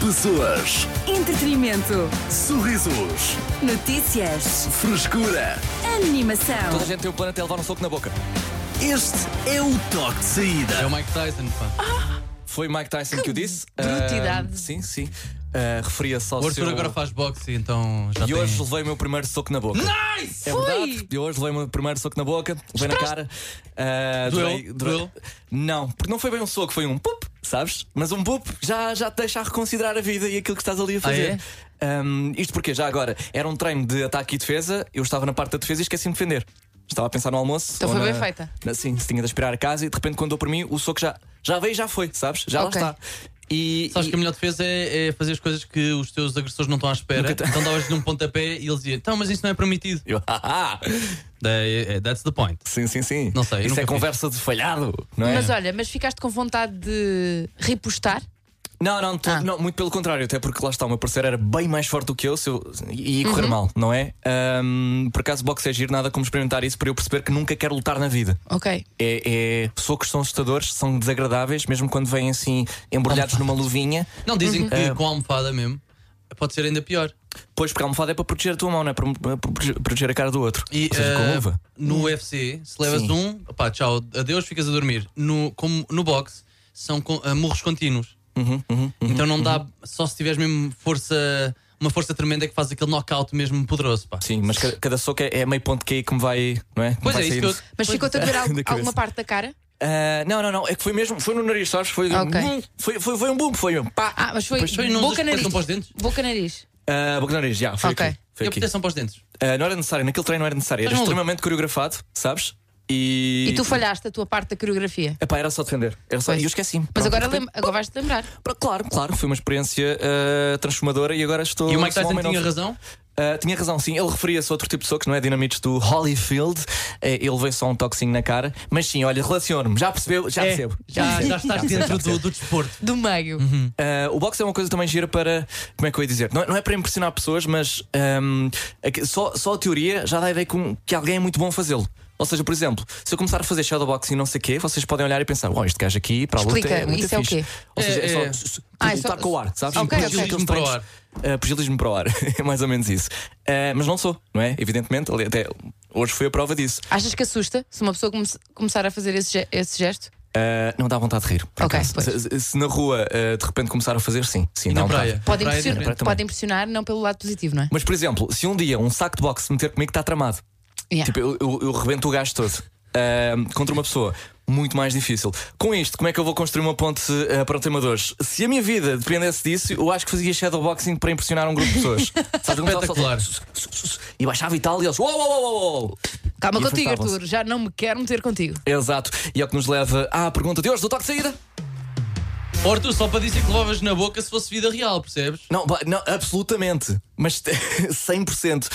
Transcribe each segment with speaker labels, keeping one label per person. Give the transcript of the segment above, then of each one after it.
Speaker 1: Pessoas,
Speaker 2: Entretenimento.
Speaker 1: sorrisos,
Speaker 2: Notícias.
Speaker 1: frescura.
Speaker 2: Animação.
Speaker 3: Toda a gente tem o plano até levar um soco na boca.
Speaker 1: Este é o toque de
Speaker 4: É
Speaker 1: saída.
Speaker 4: o Mike Tyson, pá.
Speaker 3: Foi Mike Tyson que, o disse.
Speaker 2: brutidade.
Speaker 3: Ah, sim, sim. Ah, Referia-se ao
Speaker 4: O Arthur
Speaker 3: seu...
Speaker 4: agora faz boxe, então já
Speaker 3: E
Speaker 4: tem...
Speaker 3: hoje levei o meu primeiro soco na boca. Nice! É verdade. E hoje levei o meu primeiro soco na boca, levei na cara. Ah,
Speaker 4: Doeu?
Speaker 3: durei- durei-
Speaker 4: Doeu?
Speaker 3: Não, porque não foi bem um soco, foi um pup, sabes? Mas um pup já, já te deixa a reconsiderar a vida e aquilo que estás ali a fazer. Ahm, isto porque já agora era um treino de ataque e defesa, eu estava na parte da defesa e esqueci-me de defender. Estava a pensar no almoço.
Speaker 5: Então
Speaker 3: ou
Speaker 5: foi
Speaker 3: na-
Speaker 5: bem feita.
Speaker 3: na- Sim, se tinha de aspirar a casa e de repente quando dou por mim, o soco já, já veio e já foi, sabes? Já
Speaker 5: Ok.
Speaker 3: lá está. E,
Speaker 4: Sabes
Speaker 3: e-
Speaker 4: que a melhor defesa é, é fazer as coisas que os teus agressores não estão à espera.
Speaker 3: Nunca te-
Speaker 4: Então davas-lhe um pontapé e ele dizia: Então, mas isso não é permitido.
Speaker 3: eu, "Ah, ah."
Speaker 4: Da- é- That's the point.
Speaker 3: Sim, sim, sim.
Speaker 4: Não sei, eu
Speaker 3: Isso
Speaker 4: nunca
Speaker 3: é
Speaker 4: fiz.
Speaker 3: conversa de falhado, não é?
Speaker 5: Mas olha, mas ficaste com vontade de repostar?
Speaker 3: Não, não, tô-
Speaker 5: Ah.
Speaker 3: não, muito pelo contrário, até porque lá está, o meu parceiro era bem mais forte do que eu, se eu e ia correr
Speaker 5: Uhum.
Speaker 3: mal, não é? Ahm, por acaso, boxe é giro, nada como experimentar isso para eu perceber que nunca quero lutar na vida.
Speaker 5: Ok.
Speaker 3: É, é, socos são assustadores, são desagradáveis, mesmo quando vêm assim embrulhados numa luvinha.
Speaker 4: Não,
Speaker 3: Uhum.
Speaker 4: dizem
Speaker 3: É.
Speaker 4: que com a almofada mesmo pode ser ainda pior.
Speaker 3: Pois, porque a almofada é para proteger a tua mão, não é? Para, para proteger- proteger a cara do outro.
Speaker 4: E
Speaker 3: Ou seja, com a
Speaker 4: eh,
Speaker 3: luva.
Speaker 4: no UFC, se levas
Speaker 3: Sim.
Speaker 4: um, pá, tchau, adeus, ficas a dormir. No, como no boxe, são com, eh, murros contínuos.
Speaker 3: Uhum,
Speaker 4: então não dá, só se tiveres mesmo força, uma força tremenda é que faz aquele knockout mesmo poderoso, pá.
Speaker 3: Sim, mas cada, cada soco é, é meio ponto que aí que me vai, não é? Que me
Speaker 4: Pois
Speaker 3: vai
Speaker 4: é, isso
Speaker 3: sair.
Speaker 4: que eu.
Speaker 5: Mas
Speaker 4: pois-
Speaker 5: ficou-te a doer
Speaker 3: Da
Speaker 5: al-
Speaker 3: cabeça.
Speaker 5: alguma parte da cara?
Speaker 3: Ah, não, não, não, é que foi mesmo, foi no nariz, sabes? Foi,
Speaker 5: Ok.
Speaker 3: Hum, foi, foi, foi um boom, foi um pá.
Speaker 5: Ah, mas foi,
Speaker 4: Pois foi, não usas
Speaker 5: boca nariz.
Speaker 4: proteção para os dentes?
Speaker 5: Boca nariz.
Speaker 3: Ah, boca do nariz, já, foi
Speaker 5: Ok.
Speaker 3: aqui.
Speaker 4: E
Speaker 3: Foi
Speaker 4: a
Speaker 3: aqui.
Speaker 4: proteção para os dentes?
Speaker 3: Ah, não era necessário, naquele treino não era necessário, era
Speaker 4: Mas não-
Speaker 3: extremamente coreografado, sabes? E.
Speaker 5: E tu falhaste a tua parte da coreografia.
Speaker 3: Epá, era só defender. Era só...
Speaker 5: Pois.
Speaker 3: E eu esqueci-me.
Speaker 5: Mas
Speaker 3: Pronto,
Speaker 5: agora,
Speaker 3: de repente-
Speaker 5: lem- agora vais-te lembrar.
Speaker 3: Pá, Claro, claro, foi uma experiência ah, transformadora e agora estou.
Speaker 4: E o Mike
Speaker 3: sou um
Speaker 4: Tyson
Speaker 3: homem
Speaker 4: tinha
Speaker 3: novo.
Speaker 4: razão?
Speaker 3: Ah, tinha razão, sim. Ele referia-se a outro tipo de socos, não é? Dinamites do Holyfield. Eh, ele veio só um toxinho na cara. Mas sim, olha, relaciono-me. Já percebeu? Já
Speaker 4: É,
Speaker 3: Ah, percebo.
Speaker 4: já,
Speaker 3: percebo.
Speaker 4: já estás dentro do, do desporto.
Speaker 5: Do meio.
Speaker 3: Ah, o boxe é uma coisa também gira para. Como é que eu ia dizer? Não, é- não é para impressionar pessoas, mas ahm, aqui- só, só a teoria já dá a ideia com, que alguém é muito bom a fazê-lo. Ou seja, por exemplo, se eu começar a fazer shadowboxing e não sei o quê, vocês podem olhar e pensar: Uau, este gajo aqui para a luta é
Speaker 5: Explica-me,
Speaker 3: muito
Speaker 5: isso é o
Speaker 3: fixe.
Speaker 5: quê?
Speaker 3: Ou seja, é,
Speaker 4: É,
Speaker 3: só
Speaker 4: é-
Speaker 3: s-
Speaker 5: Ah, é
Speaker 3: lutar
Speaker 5: só-
Speaker 3: com o ar, sabes?
Speaker 5: Ok, ok.
Speaker 3: Aqueles
Speaker 4: Pugilismo para o
Speaker 3: treinos- Uh, é pugilismo para o ar, é mais ou menos isso. Uh, mas não sou, não é? Evidentemente, ali até hoje foi a prova disso.
Speaker 5: Achas que assusta se uma pessoa come- começar a fazer esse, ge- esse gesto?
Speaker 3: Uh, não dá vontade de rir. por
Speaker 5: Ok,
Speaker 3: acaso.
Speaker 5: pois.
Speaker 3: se, se na rua uh, de repente começar a fazer, sim. sim
Speaker 4: E na
Speaker 3: dá vontade.
Speaker 4: praia? Na
Speaker 5: Pode,
Speaker 4: praia é
Speaker 5: impressionar-
Speaker 4: diferente.
Speaker 3: também.
Speaker 5: pode impressionar, não pelo lado positivo, não é?
Speaker 3: Mas por exemplo, se um dia um saco de boxe se meter comigo, está tramado.
Speaker 5: Yeah.
Speaker 3: Tipo, eu, eu, eu rebento o gajo todo. Uh, contra uma pessoa, muito mais difícil. Com isto, como é que eu vou construir uma ponte uh, para o tema de hoje? Se a minha vida dependesse disso, eu acho que fazia shadowboxing para impressionar um grupo de pessoas. Sabes, eu começava só-
Speaker 4: Espetacular.
Speaker 3: E baixava e tal, e eles. Uou, uou, uou, uou, uou.
Speaker 5: Calma
Speaker 3: E
Speaker 5: contigo,
Speaker 3: afastavam-se.
Speaker 5: Arthur. Já não me quero meter contigo.
Speaker 3: Exato, e é o que nos leva à pergunta de hoje do toque de saída.
Speaker 4: Ou, Arthur, só para dizer que levavas na boca se fosse vida real, percebes?
Speaker 3: Não, ba- não absolutamente, mas 100%.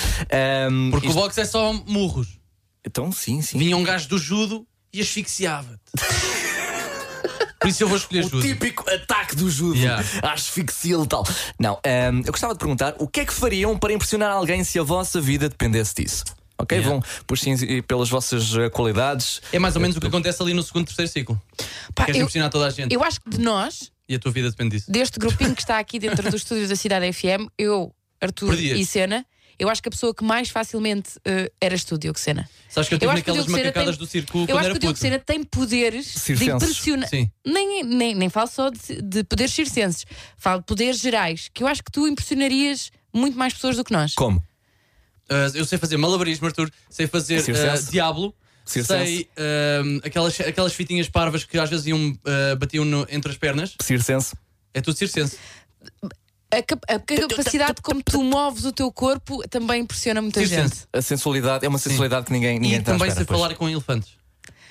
Speaker 3: Ahm,
Speaker 4: Porque
Speaker 3: isto-
Speaker 4: o boxe é só murros.
Speaker 3: Então, sim, sim.
Speaker 4: Vinha um gajo do judo e asfixiava-te. Por isso eu vou escolher
Speaker 3: O tipo-
Speaker 4: judo.
Speaker 3: típico ataque do judo,
Speaker 4: Yeah.
Speaker 3: a asfixia letal. Não, ahm, eu gostava de perguntar o que é que fariam para impressionar alguém se a vossa vida dependesse disso? Ok?
Speaker 4: Yeah.
Speaker 3: Vão puxem pelas vossas eh, qualidades.
Speaker 4: É mais ou menos o que acontece ali no segundo, terceiro ciclo.
Speaker 5: Pá,
Speaker 4: Queres
Speaker 5: eu,
Speaker 4: impressionar toda a gente
Speaker 5: eu acho que de nós,
Speaker 4: e a tua vida depende disso.
Speaker 5: deste grupinho que está aqui dentro dos estúdios da Cidade FM, eu, Arthur
Speaker 4: Perdias.
Speaker 5: e Sena, eu acho que a pessoa que mais facilmente eh, eras tu, Diogo Sena.
Speaker 4: Sabes que eu
Speaker 5: Eu
Speaker 4: tive
Speaker 5: acho que o
Speaker 4: naquelas
Speaker 5: Diogo Sena
Speaker 4: macacadas
Speaker 5: tem-
Speaker 4: do circo
Speaker 5: eu
Speaker 4: quando
Speaker 5: acho que
Speaker 4: era
Speaker 5: o Diogo
Speaker 4: puto.
Speaker 5: Sena tem poderes de
Speaker 3: Circenses.
Speaker 5: impressionar.
Speaker 4: Sim.
Speaker 5: Nem, nem, nem falo só de, de poderes circenses, falo de poderes gerais, que eu acho que tu impressionarias muito mais pessoas do que nós.
Speaker 3: Como?
Speaker 4: Ah, eu sei fazer malabarismo, Arthur, sei fazer
Speaker 3: Circense.
Speaker 4: ah, diablo,
Speaker 3: Circense.
Speaker 4: sei ah, aquelas, aquelas fitinhas parvas que às vezes iam, ah, batiam no- entre as pernas.
Speaker 3: Circense?
Speaker 4: É tudo circense.
Speaker 5: A, cap- a capacidade como tu moves o teu corpo também impressiona muita
Speaker 4: Circense.
Speaker 5: gente.
Speaker 3: A sensualidade é uma sensualidade que ninguém, ninguém
Speaker 4: e
Speaker 3: está à
Speaker 4: também
Speaker 3: espera,
Speaker 4: sei
Speaker 3: pois.
Speaker 4: falar com elefantes.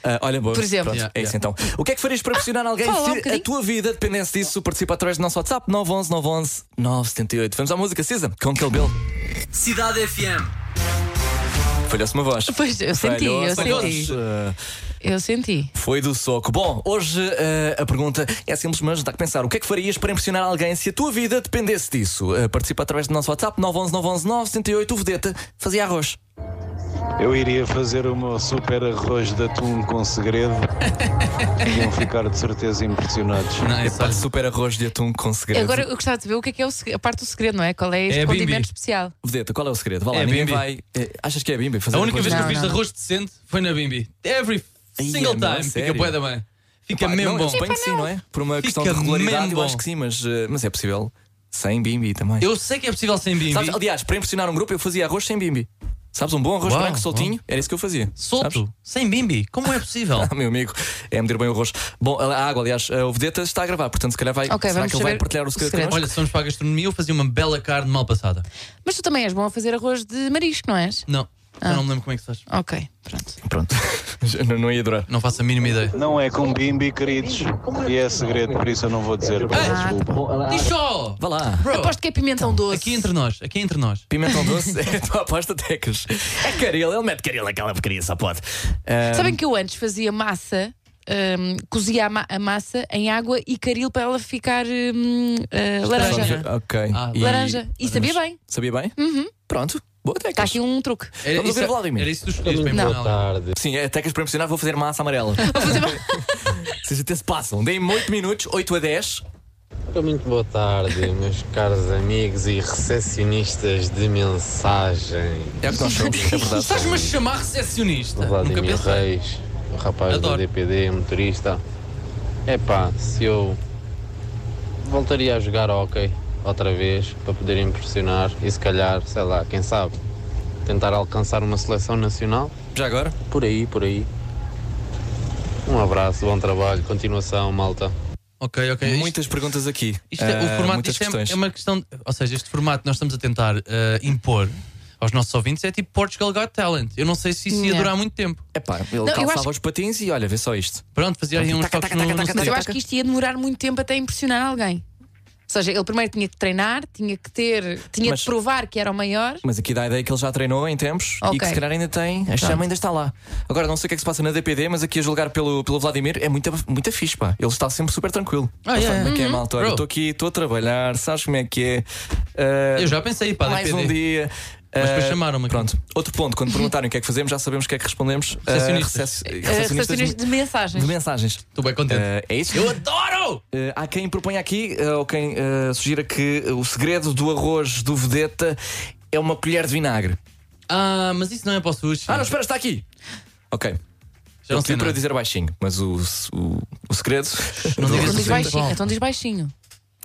Speaker 3: Ah, olha, boa.
Speaker 5: Por exemplo.
Speaker 3: Pronto,
Speaker 4: Yeah,
Speaker 3: é isso então. O que é que farias para pressionar alguém
Speaker 5: fala lá
Speaker 3: se
Speaker 5: um
Speaker 3: a
Speaker 5: bocadinho.
Speaker 3: tua vida dependesse disso? Participa através do nosso WhatsApp 911 911 978. Vamos à música, Cisa, com Kill Bill.
Speaker 1: Cidade FM.
Speaker 3: Falhou-se uma voz.
Speaker 5: Pois, eu senti, eu
Speaker 3: Falhou-se.
Speaker 5: senti.
Speaker 3: Ah,
Speaker 5: Eu senti.
Speaker 3: Foi do soco. Bom, hoje ah, a pergunta é simples, mas dá que pensar. O que é que farias para impressionar alguém se a tua vida dependesse disso? Ah, participa através do nosso WhatsApp 911 911 978. O Vedeta fazia arroz.
Speaker 6: Eu iria fazer o meu super arroz de atum com segredo. Iam ficar de certeza impressionados.
Speaker 4: Não, é só-
Speaker 3: Pá, super arroz de atum com segredo.
Speaker 5: Agora eu gostava de saber o que é que é o segre- a parte do segredo, não é? Qual é este
Speaker 4: É a
Speaker 5: condimento
Speaker 4: bimbi.
Speaker 5: especial?
Speaker 3: Vedeta, qual é o segredo? Vá lá,
Speaker 4: É
Speaker 3: ninguém
Speaker 4: bimbi.
Speaker 3: vai. eh, achas que é bimbi? Fazer
Speaker 4: A única
Speaker 3: arroz
Speaker 4: vez que
Speaker 5: Não,
Speaker 4: eu fiz
Speaker 5: não.
Speaker 4: arroz decente foi na Bimbi. Every
Speaker 3: Ai,
Speaker 4: single
Speaker 3: é meu,
Speaker 4: time. Fica
Speaker 3: sério?
Speaker 4: bué da mãe. Fica
Speaker 3: Pá,
Speaker 4: mesmo
Speaker 3: não, eu
Speaker 4: bom.
Speaker 3: suponho que sim, não é? Por uma questão de
Speaker 4: Fica
Speaker 3: regularidade,
Speaker 4: mesmo
Speaker 3: eu acho
Speaker 4: bom.
Speaker 3: que sim, mas, eh, mas é possível. Sem bimbi também.
Speaker 4: Eu sei que é possível sem Bimbi.
Speaker 3: Sabes, aliás, para impressionar um grupo, eu fazia arroz sem bimbi. Sabes, um bom arroz
Speaker 4: Uau,
Speaker 3: branco soltinho, era isso que eu fazia.
Speaker 4: Solto.
Speaker 3: Sabes?
Speaker 4: Sem Bimbi. Como é possível?
Speaker 3: Ah, meu amigo, é medir bem o arroz. Bom, a água, aliás, eh, o Vedeta está a gravar, portanto, se calhar vai.
Speaker 5: Ok,
Speaker 3: será
Speaker 5: vamos
Speaker 3: que ele vai
Speaker 5: saber
Speaker 3: partilhar o segredo,
Speaker 5: o segredo.
Speaker 3: connosco?
Speaker 4: Olha, se vamos para a gastronomia, eu fazia uma bela carne mal passada.
Speaker 5: Mas tu também és bom a fazer arroz de marisco, não és?
Speaker 4: Não, eu não me lembro como é que se faz.
Speaker 5: Ok, pronto.
Speaker 3: Pronto, não, não ia durar.
Speaker 4: Não faço a mínima ideia.
Speaker 6: Não é com bimbi, queridos. E é segredo, por isso eu não vou dizer. Peço
Speaker 4: Ah.
Speaker 6: desculpa.
Speaker 4: Tixó!
Speaker 3: Vá lá.
Speaker 4: Bro,
Speaker 5: Aposto que é pimentão doce.
Speaker 4: aqui entre nós, aqui entre nós.
Speaker 3: Pimentão doce é a tua aposta tecas. É caril, ele mete caril aquela porcaria, só pode. Ah,
Speaker 5: Sabem que eu antes fazia massa, hum, cozia a, ma- a massa em água e caril para ela ficar hum, ah, laranja.
Speaker 3: Ok.
Speaker 4: Ah,
Speaker 3: E-
Speaker 5: Laranja. E sabia bem.
Speaker 3: Sabia bem? Uhum. Pronto. Boa tecas.
Speaker 5: Está aqui um truque.
Speaker 4: Era
Speaker 3: Vamos
Speaker 4: isso,
Speaker 3: ouvir o Vladimir.
Speaker 4: era isso dos estudos, bem
Speaker 5: Não.
Speaker 4: bom, ela.
Speaker 3: Sim, é tecas para impressionar, vou fazer massa amarela. Vocês até se passam. Deem-me 8 minutos, 8 a 10.
Speaker 7: Então, Muito boa tarde, meus caros amigos e recepcionistas de mensagem.
Speaker 3: É o que nós somos, é verdade.
Speaker 4: Estás-me a chamar recepcionista. Nunca
Speaker 7: Vladimir
Speaker 4: pensei.
Speaker 7: Reis, o rapaz
Speaker 4: Adoro.
Speaker 7: da DPD, motorista. Epá, se eu voltaria a jogar hóquei outra vez para poder impressionar e se calhar, sei lá, quem sabe, tentar alcançar uma seleção nacional.
Speaker 3: Já agora?
Speaker 7: Por aí, por aí. Um abraço, bom trabalho, continuação, malta.
Speaker 4: Ok, ok. É Isto-
Speaker 3: Muitas perguntas aqui.
Speaker 4: Isto é,
Speaker 3: Ah,
Speaker 4: o formato
Speaker 3: muitas
Speaker 4: isto é-
Speaker 3: questões.
Speaker 4: é, uma questão. de- ou seja, este formato que nós estamos a tentar eh, impor aos nossos ouvintes é tipo Portugal Got Talent. Eu não sei se isso ia
Speaker 5: Não.
Speaker 4: durar muito tempo.
Speaker 3: Epá, ele
Speaker 5: eu
Speaker 3: calçava
Speaker 5: acho-
Speaker 3: os patins e olha, vê só isto.
Speaker 4: Pronto, fazia aí uns
Speaker 3: Taca,
Speaker 4: toques
Speaker 3: taca,
Speaker 4: no,
Speaker 3: taca,
Speaker 4: no
Speaker 3: taca,
Speaker 5: Mas
Speaker 4: sentido.
Speaker 5: eu acho que isto ia demorar muito tempo até impressionar alguém. Ou seja, ele primeiro tinha que treinar, tinha que ter, tinha
Speaker 3: Mas-
Speaker 5: de provar que era o maior.
Speaker 3: Mas aqui dá a ideia que ele já treinou em tempos e
Speaker 5: Ok. Tá.
Speaker 3: que se calhar ainda tem, a chama ainda está lá. Agora não sei o que é que se passa na DPD, mas aqui a julgar pelo, pelo Vladimir é muita, muita fixe, pá. Ele está sempre super tranquilo.
Speaker 4: Ah,
Speaker 3: Ele
Speaker 4: é,
Speaker 3: sabe
Speaker 4: é.
Speaker 3: como é que
Speaker 5: Uhum.
Speaker 3: é, malta? Olha,
Speaker 4: Bro.
Speaker 3: estou aqui, estou a trabalhar, sabes como é que é? Ah,
Speaker 4: Eu já pensei, pá,
Speaker 3: mais
Speaker 4: DPD.
Speaker 3: um dia.
Speaker 4: Mas depois
Speaker 3: Ah,
Speaker 4: chamaram-me aqui.
Speaker 3: Pronto, outro ponto, quando perguntarem o que é que fazemos, já sabemos o que é que respondemos. Ah,
Speaker 4: Recepcionistas.
Speaker 3: recep-
Speaker 5: Ah,
Speaker 3: recepcionistas
Speaker 5: Recepcionista de mensagens.
Speaker 3: de mensagens.
Speaker 4: Estou bem contente.
Speaker 3: Ah, é isso?
Speaker 4: Eu adoro!
Speaker 3: Eh, há quem proponha aqui, eh, ou quem eh, sugira que eh, o segredo do arroz do vedeta é uma colher de vinagre.
Speaker 4: Ah, mas isso não é para o sushi.
Speaker 3: Ah, não, espera, está aqui! Ok. Ele
Speaker 4: Já não sei
Speaker 3: pediu para eu
Speaker 4: nada.
Speaker 3: dizer baixinho, mas o, o, o segredo.
Speaker 4: Não
Speaker 3: do
Speaker 4: digas
Speaker 5: Então
Speaker 3: arroz-
Speaker 5: diz
Speaker 4: Sim,
Speaker 5: baixinho.
Speaker 4: bom.
Speaker 3: é
Speaker 5: Então diz baixinho.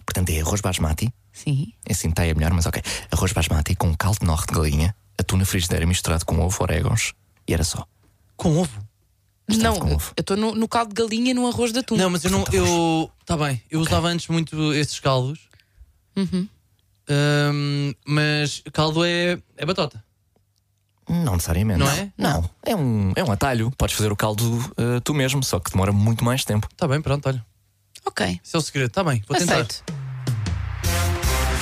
Speaker 3: Portanto, é arroz basmati.
Speaker 5: Sim.
Speaker 3: Assim está é melhor, mas ok. Arroz basmati com caldo de norte de galinha, atum na frigideira misturado com ovo orégãos. E era só.
Speaker 4: Com ovo.
Speaker 5: Não,
Speaker 3: com
Speaker 5: eu
Speaker 3: ovo.
Speaker 5: estou no, no caldo de galinha e no arroz de atum.
Speaker 4: Não, mas eu não. Eu. Tá bem. Eu usava antes muito esses caldos. Ahm, mas caldo é, é batota.
Speaker 3: Não necessariamente.
Speaker 4: Não é?
Speaker 3: Não. É um, é um atalho. Podes fazer o caldo eh, tu mesmo, só que demora muito mais tempo.
Speaker 4: Tá bem, pronto, olha.
Speaker 5: Ok.
Speaker 4: Esse é o segredo. Tá bem, vou tentar.
Speaker 5: Aceito.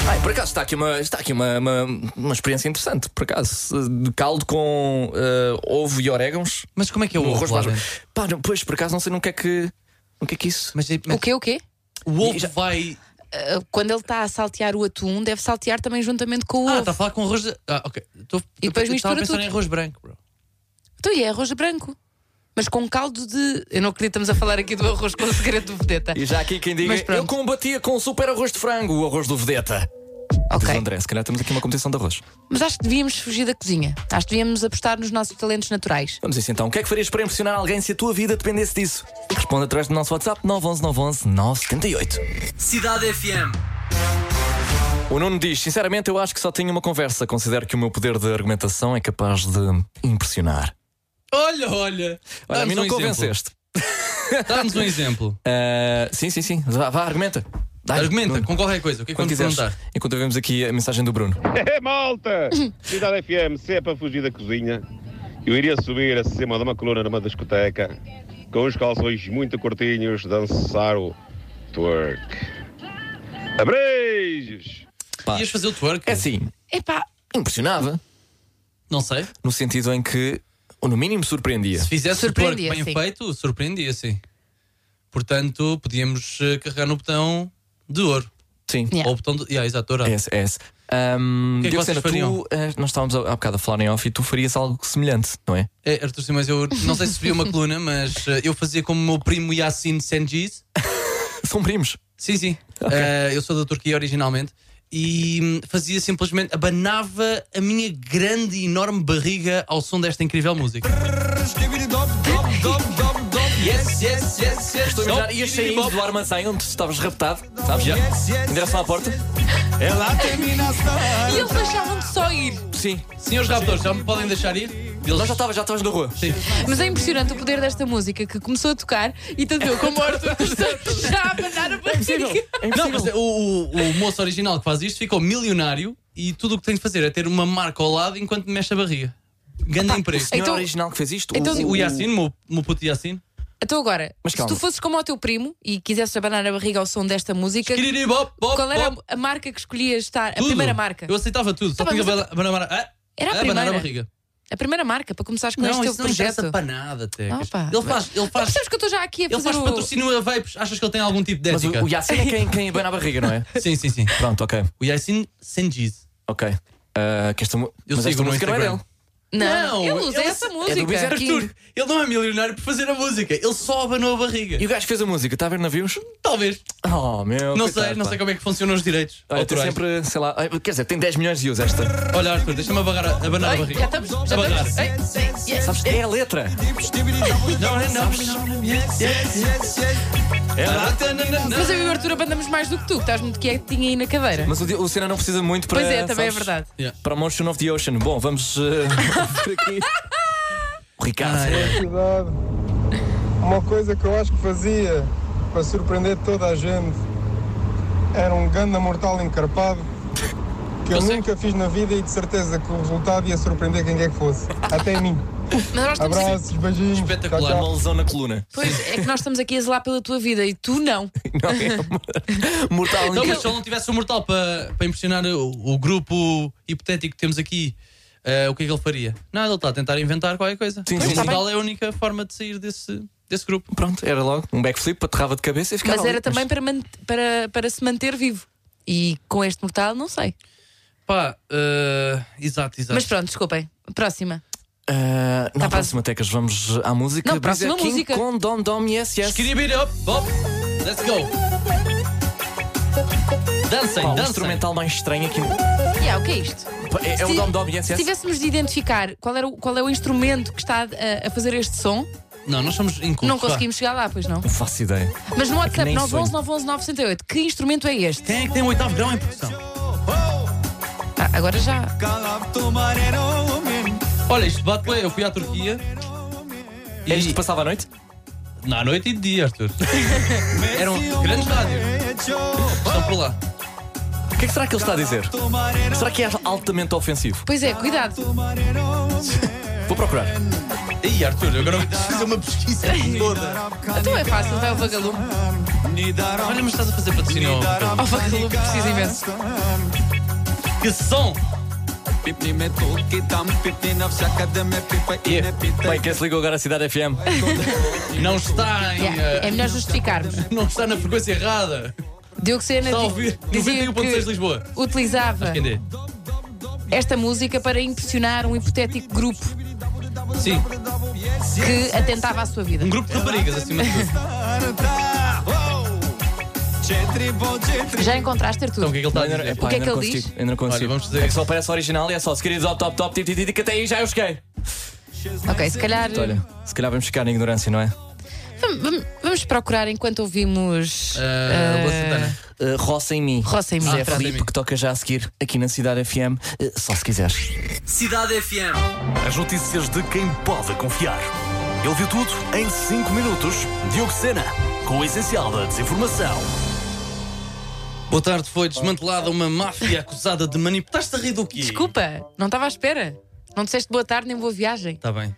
Speaker 3: Ai, por acaso está aqui uma, está aqui uma, uma, uma experiência interessante, por acaso. De caldo com eh, ovo e orégãos.
Speaker 4: Mas como é que é o
Speaker 3: O
Speaker 4: ovo?
Speaker 3: arroz
Speaker 4: lá
Speaker 3: faz-
Speaker 4: dentro?
Speaker 3: Pá, não, pois, por acaso não sei no que é que. No que é que isso.
Speaker 4: Mas, é- mas
Speaker 5: O quê, o quê?
Speaker 4: o ovo vai.
Speaker 5: Ah, Quando ele está a saltear o atum, deve saltear também juntamente com o
Speaker 4: Ah,
Speaker 5: ovo.
Speaker 4: está a falar com arroz. De... Ah, ok. Tô...
Speaker 5: E depois
Speaker 4: eu
Speaker 5: mistura
Speaker 4: Estava a pensar
Speaker 5: tudo.
Speaker 4: em arroz branco, bro.
Speaker 5: Então e é arroz branco. Mas com caldo de. Eu não acredito, estamos a falar aqui do arroz com o segredo do vedeta.
Speaker 3: E já aqui quem
Speaker 5: Mas
Speaker 3: diga,
Speaker 5: pronto.
Speaker 3: eu combatia com super arroz de frango, o arroz do Vedeta. Diz
Speaker 5: Ok.
Speaker 3: André, se calhar temos aqui uma competição de arroz.
Speaker 5: Mas acho que devíamos fugir da cozinha. Acho que devíamos apostar nos nossos talentos naturais.
Speaker 3: Vamos a isso então. O que é que farias para impressionar alguém se a tua vida dependesse disso? Responde através do nosso WhatsApp 911 911 978.
Speaker 1: Cidade FM.
Speaker 3: O Nuno diz: Sinceramente, eu acho que só tenho uma conversa. Considero que o meu poder de argumentação é capaz de impressionar.
Speaker 4: Olha, olha.
Speaker 3: Olha, a mim
Speaker 4: Dá-nos
Speaker 3: não
Speaker 4: um
Speaker 3: convenceste.
Speaker 4: exemplo. Dá-nos um exemplo.
Speaker 3: Ah, sim, sim, sim. Vá, vá, argumenta. Dá,
Speaker 4: Argumenta
Speaker 3: Nuno,
Speaker 4: com qualquer coisa. O que é que
Speaker 3: quando
Speaker 4: vamos
Speaker 3: quiseres.
Speaker 4: perguntar?
Speaker 3: Enquanto vemos aqui a mensagem do Bruno.
Speaker 8: É malta! Cidade FM, se é para fugir da cozinha, eu iria subir acima de uma coluna numa discoteca com os calções muito curtinhos, dançar o twerk. Abreijos!
Speaker 3: Pá,
Speaker 4: Ias fazer o twerk?
Speaker 3: É assim,
Speaker 5: Epá,
Speaker 3: impressionava.
Speaker 4: Não sei.
Speaker 3: No sentido em que, ou no mínimo, surpreendia.
Speaker 4: Se fizesse o twerk
Speaker 5: Surpreendia,
Speaker 4: bem
Speaker 5: sim.
Speaker 4: feito, surpreendia, sim. Portanto, podíamos eh, carregar no botão de ouro.
Speaker 3: Sim.
Speaker 5: Yeah.
Speaker 4: Ou o botão de. Yeah, exato, dourado.
Speaker 3: É esse, é esse. Um,
Speaker 4: Ah. O que é que
Speaker 3: Diogo
Speaker 4: vocês
Speaker 3: Sena,
Speaker 4: fariam?
Speaker 3: tu, eh, nós estávamos há há bocado a falar em off e tu farias algo semelhante, não é?
Speaker 4: É, Arthur Simões, eu não sei se escrevi uma coluna, mas eh, eu fazia como o meu primo Yassin Sengiz.
Speaker 3: São primos.
Speaker 4: Sim, sim. Eh, eu sou da Turquia originalmente. E hum, fazia simplesmente, abanava a minha grande e enorme barriga ao som desta incrível música. Yes, yes, yes, yes.
Speaker 3: Estou a imaginar, ias saindo do armazém onde tu estavas raptado, sabes? Já. Em direção à porta?
Speaker 5: E eles deixavam de só ir.
Speaker 3: Sim.
Speaker 4: Senhores raptores, já me podem deixar ir? Eles
Speaker 3: Nós já estavas já estavas na rua.
Speaker 4: Sim.
Speaker 5: Mas é impressionante o poder desta música que começou a tocar e tanto eu como o Arthur começamos já a abanar a barriga.
Speaker 4: Não, mas o, o- o moço original que faz isto ficou milionário e tudo o que tem de fazer é ter uma marca ao lado enquanto mexe a barriga. Grande emprego.
Speaker 3: Não é
Speaker 5: Então-
Speaker 3: original que fez isto?
Speaker 5: então-
Speaker 3: O-
Speaker 4: O Yassin, meu, meu puto Yassin.
Speaker 5: Então agora,
Speaker 3: Mas
Speaker 5: se
Speaker 3: calma.
Speaker 5: tu fosses como o teu primo e quisesses abanar a barriga ao som desta música,
Speaker 4: Qual
Speaker 5: qual era a- a marca que escolhias estar? A primeira marca.
Speaker 4: Eu aceitava tudo. Só
Speaker 5: Tá bem,
Speaker 4: tinha
Speaker 5: mas
Speaker 4: abana- abanar ah,
Speaker 5: Era a
Speaker 4: abanar
Speaker 5: primeira.
Speaker 4: a barriga.
Speaker 5: A primeira marca, para começares com
Speaker 4: Não,
Speaker 5: este teu
Speaker 4: isso não interessa
Speaker 5: projeto.
Speaker 4: para nada, Tecas.
Speaker 5: Ah, pá.
Speaker 4: Ele faz, ele
Speaker 5: Mas
Speaker 4: faz,
Speaker 5: Percebes que eu estou já aqui a
Speaker 4: ele
Speaker 5: fazer
Speaker 4: faz
Speaker 5: o...
Speaker 4: patrocínio a vapes. Achas que ele tem algum tipo de
Speaker 3: Mas o,
Speaker 4: ética?
Speaker 3: o Yassin é quem, quem abana a barriga, não é?
Speaker 4: Sim, sim, sim.
Speaker 3: Pronto, ok.
Speaker 4: O Yassin Sengiz.
Speaker 3: Ok. Ah, que esta, mu-
Speaker 4: Eu
Speaker 3: mas
Speaker 4: sigo
Speaker 3: esta
Speaker 4: no
Speaker 3: música não é
Speaker 4: Instagram.
Speaker 3: dele.
Speaker 4: Não,
Speaker 5: Não, ele usa
Speaker 4: ele-
Speaker 5: essa
Speaker 3: é do
Speaker 5: música.
Speaker 3: Bizarre
Speaker 5: aqui.
Speaker 4: Arthur, ele não é milionário por fazer a música. Ele só abanou a barriga.
Speaker 3: E o gajo fez a música, está a ver navios?
Speaker 4: Talvez.
Speaker 3: Oh, meu.
Speaker 4: Não
Speaker 3: coitado,
Speaker 4: sei, não
Speaker 3: pá.
Speaker 4: sei como é que funcionam os direitos.
Speaker 3: Olha, tem
Speaker 4: autorais.
Speaker 3: sempre, sei lá, ai, quer dizer, tem 10 milhões de views esta.
Speaker 4: Olha, Arthur, deixa-me abagar a, abanar a
Speaker 5: Ai,
Speaker 4: barriga.
Speaker 5: já estamos, já
Speaker 4: Abagar.
Speaker 5: estamos. Ei, ei, ei.
Speaker 3: Sabes, é a letra.
Speaker 4: Não, não, não, não. Yes, yes, yes, yes. Ela-
Speaker 5: Mas eu e o Arthur abandamos mais do que tu, que estás muito quietinho aí na cadeira.
Speaker 3: Mas o, Di- o Senna não precisa muito para.
Speaker 5: pois é, também é
Speaker 3: sabes,
Speaker 5: verdade.
Speaker 3: Para Motion of the Ocean. Bom, vamos eh, por aqui. O Ricardo.
Speaker 4: Ah, é.
Speaker 9: Cuidado. Uma coisa que eu acho que fazia para surpreender toda a gente era um ganda mortal encarpado
Speaker 5: é
Speaker 9: que eu,
Speaker 4: Eu sei. é
Speaker 9: nunca fiz na vida e de certeza que o resultado ia surpreender quem quer que fosse. Até a mim.
Speaker 5: Mas nós estamos aqui...
Speaker 9: Abraços, beijinhos. tchau,
Speaker 4: Espetacular,
Speaker 9: tchau.
Speaker 3: Uma lesão na coluna.
Speaker 5: Pois é que nós estamos aqui a zelar pela tua vida e tu não.
Speaker 3: Não é? Mortal
Speaker 4: Então,
Speaker 3: em-
Speaker 4: mas se ele não tivesse o mortal para, para impressionar o, o grupo hipotético que temos aqui, eh, o que é que ele faria? Nada, ele está a tentar inventar qualquer coisa.
Speaker 3: Sim,
Speaker 4: Mas
Speaker 3: sim,
Speaker 4: o
Speaker 3: sim.
Speaker 4: mortal é a única forma de sair desse, desse grupo.
Speaker 3: Pronto, era logo um backflip, aterrava de cabeça e ficava.
Speaker 5: Mas
Speaker 3: ali,
Speaker 5: era também para, man- para, para se manter vivo. E com este mortal, não sei.
Speaker 4: Tá. Pá, eh, exato, exato.
Speaker 5: Mas pronto, desculpem. Próxima.
Speaker 3: Ah, na
Speaker 5: Tá
Speaker 3: próxima, Tecas, vamos à música.
Speaker 5: Não, próxima
Speaker 3: Brisa King
Speaker 5: música.
Speaker 3: Com Dom Dom, yes, yes.
Speaker 4: Skiddy beat up, bop, let's go. Dancem,
Speaker 3: Pá, o
Speaker 4: dancem.
Speaker 3: instrumental mais estranho aqui.
Speaker 5: E há, o que é isto?
Speaker 3: Pá, É, é
Speaker 4: um
Speaker 3: o
Speaker 5: Se-
Speaker 3: Dom Dom, yes,
Speaker 5: Se
Speaker 3: yes.
Speaker 5: tivéssemos de identificar qual, era o, qual é o instrumento que está eh, a, a fazer este som,
Speaker 4: Não, nós somos incultos.
Speaker 5: não
Speaker 4: vá.
Speaker 5: conseguimos chegar lá, pois não.
Speaker 3: Não faço ideia.
Speaker 5: Mas no WhatsApp
Speaker 3: nem
Speaker 5: 911
Speaker 3: sonho.
Speaker 5: 911 968, que instrumento é este?
Speaker 4: Quem é que tem o oitavo grau em produção?
Speaker 5: Ah, agora já.
Speaker 4: Olha, isto bate bem. Eu fui à Turquia.
Speaker 3: É isto que passava à noite?
Speaker 4: Na noite e de dia, Arthur. Eram grandes rádios. Estão por lá.
Speaker 3: O que é que será que ele está a dizer? Será que é altamente ofensivo?
Speaker 5: Pois é, cuidado.
Speaker 3: Vou procurar.
Speaker 4: Ih, Arthur, eu agora vou fazer uma pesquisa toda.
Speaker 5: Então é fácil, vai o vagalume.
Speaker 4: Olha, mas estás a fazer patrocínio. ao Arthur.
Speaker 5: Ao vagalume precisa imenso.
Speaker 4: Que som!
Speaker 3: Yeah. Bem, quem se ligou agora à Cidade FM?
Speaker 4: Não está em.
Speaker 5: Yeah,
Speaker 4: eh,
Speaker 5: é melhor justificarmos.
Speaker 4: Não está na frequência errada.
Speaker 5: Diogo Sena
Speaker 4: Está a
Speaker 5: di-
Speaker 4: ouvir
Speaker 5: dizia
Speaker 4: 91.6 de
Speaker 5: que
Speaker 4: Lisboa. é
Speaker 5: utilizava
Speaker 4: Entender?
Speaker 5: esta música para impressionar um hipotético grupo
Speaker 4: Sim,
Speaker 5: que atentava à sua vida.
Speaker 4: um grupo de raparigas acima de tudo.
Speaker 5: Já encontraste
Speaker 4: Então, o
Speaker 5: Arthur?
Speaker 4: que é que ele está a
Speaker 3: Ainda não-
Speaker 4: dizer?
Speaker 3: epá,
Speaker 5: O que é
Speaker 3: ainda
Speaker 5: que
Speaker 3: não
Speaker 5: ele
Speaker 3: consigo,
Speaker 5: diz?
Speaker 3: Ainda não consigo.
Speaker 4: Olha, vamos dizer
Speaker 3: é que
Speaker 4: isso.
Speaker 3: só aparece original e é só se queridos top, top, top, tip, tip, tip, que até aí já eu cheguei.
Speaker 5: Ok, se calhar.
Speaker 3: Olha, se calhar vamos ficar na ignorância, não é?
Speaker 5: Vamos, vamos- vamos procurar enquanto ouvimos.
Speaker 4: Eh, Boa Santana.
Speaker 3: Uh, Roça em mim.
Speaker 5: Roça em mim.
Speaker 3: José
Speaker 5: Ah,
Speaker 4: Roça em
Speaker 3: Felipe,
Speaker 4: mim.
Speaker 3: que toca já a seguir aqui na Cidade FM, eh, só se quiseres.
Speaker 1: Cidade FM.
Speaker 10: As notícias de quem pode confiar. Ele viu tudo em 5 minutos. Diogo Sena, com o essencial da desinformação.
Speaker 4: Boa tarde, foi desmantelada uma máfia acusada de manipular. Estás-te a rir do quê?
Speaker 5: Desculpa, não estava à espera. Não disseste boa tarde nem boa viagem.
Speaker 4: Está Tá bem.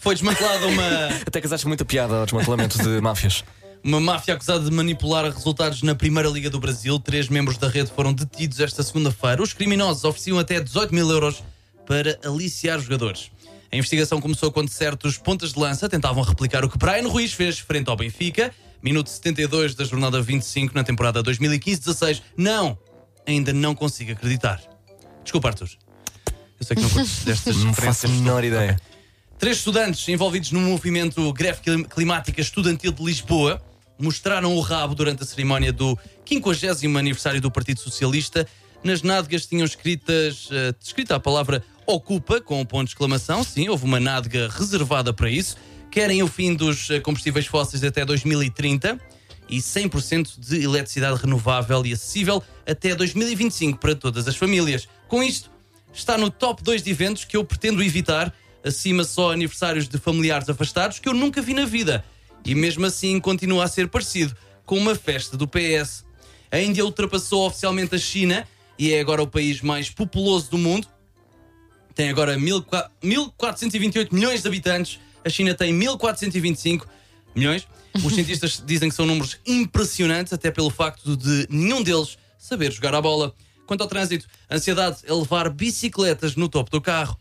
Speaker 4: Foi desmantelada uma.
Speaker 3: Até casaste muita piada ao desmantelamento de máfias.
Speaker 4: Uma máfia acusada de manipular resultados na Primeira Liga do Brasil. Três membros da rede foram detidos esta segunda-feira. Os criminosos ofereciam até 18 mil euros para aliciar jogadores. A investigação começou quando certos pontas de lança tentavam replicar o que Brian Ruiz fez frente ao Benfica. Minuto 72 da jornada 25 na temporada 2015-16. Não! ainda não consigo acreditar. Desculpa, Arthur. Eu sei que não curtes destas
Speaker 3: Não faço a
Speaker 4: referências.
Speaker 3: menor ideia.
Speaker 4: Três estudantes envolvidos no movimento Greve Clim- Climática Estudantil de Lisboa mostraram o rabo durante a cerimónia do 50 aniversário do Partido Socialista. Nas nádegas tinham escritas, eh, escrita a palavra Ocupa, com um ponto de exclamação. Sim, houve uma nádega reservada para isso. Querem o fim dos eh, combustíveis fósseis até 2030 e 100% de eletricidade renovável e acessível até 2025 para todas as famílias. Com isto, está no top 2 de eventos que eu pretendo evitar, acima só aniversários de familiares afastados que eu nunca vi na vida. E mesmo assim continua a ser parecido com uma festa do PS. A Índia ultrapassou oficialmente a China e é agora o país mais populoso do mundo. Tem agora 14- 1.428 milhões de habitantes, a China tem 1.425 milhões. Os cientistas dizem que são números impressionantes, até pelo facto de nenhum deles saber jogar a bola. Quanto ao trânsito, a ansiedade é levar bicicletas no topo do carro.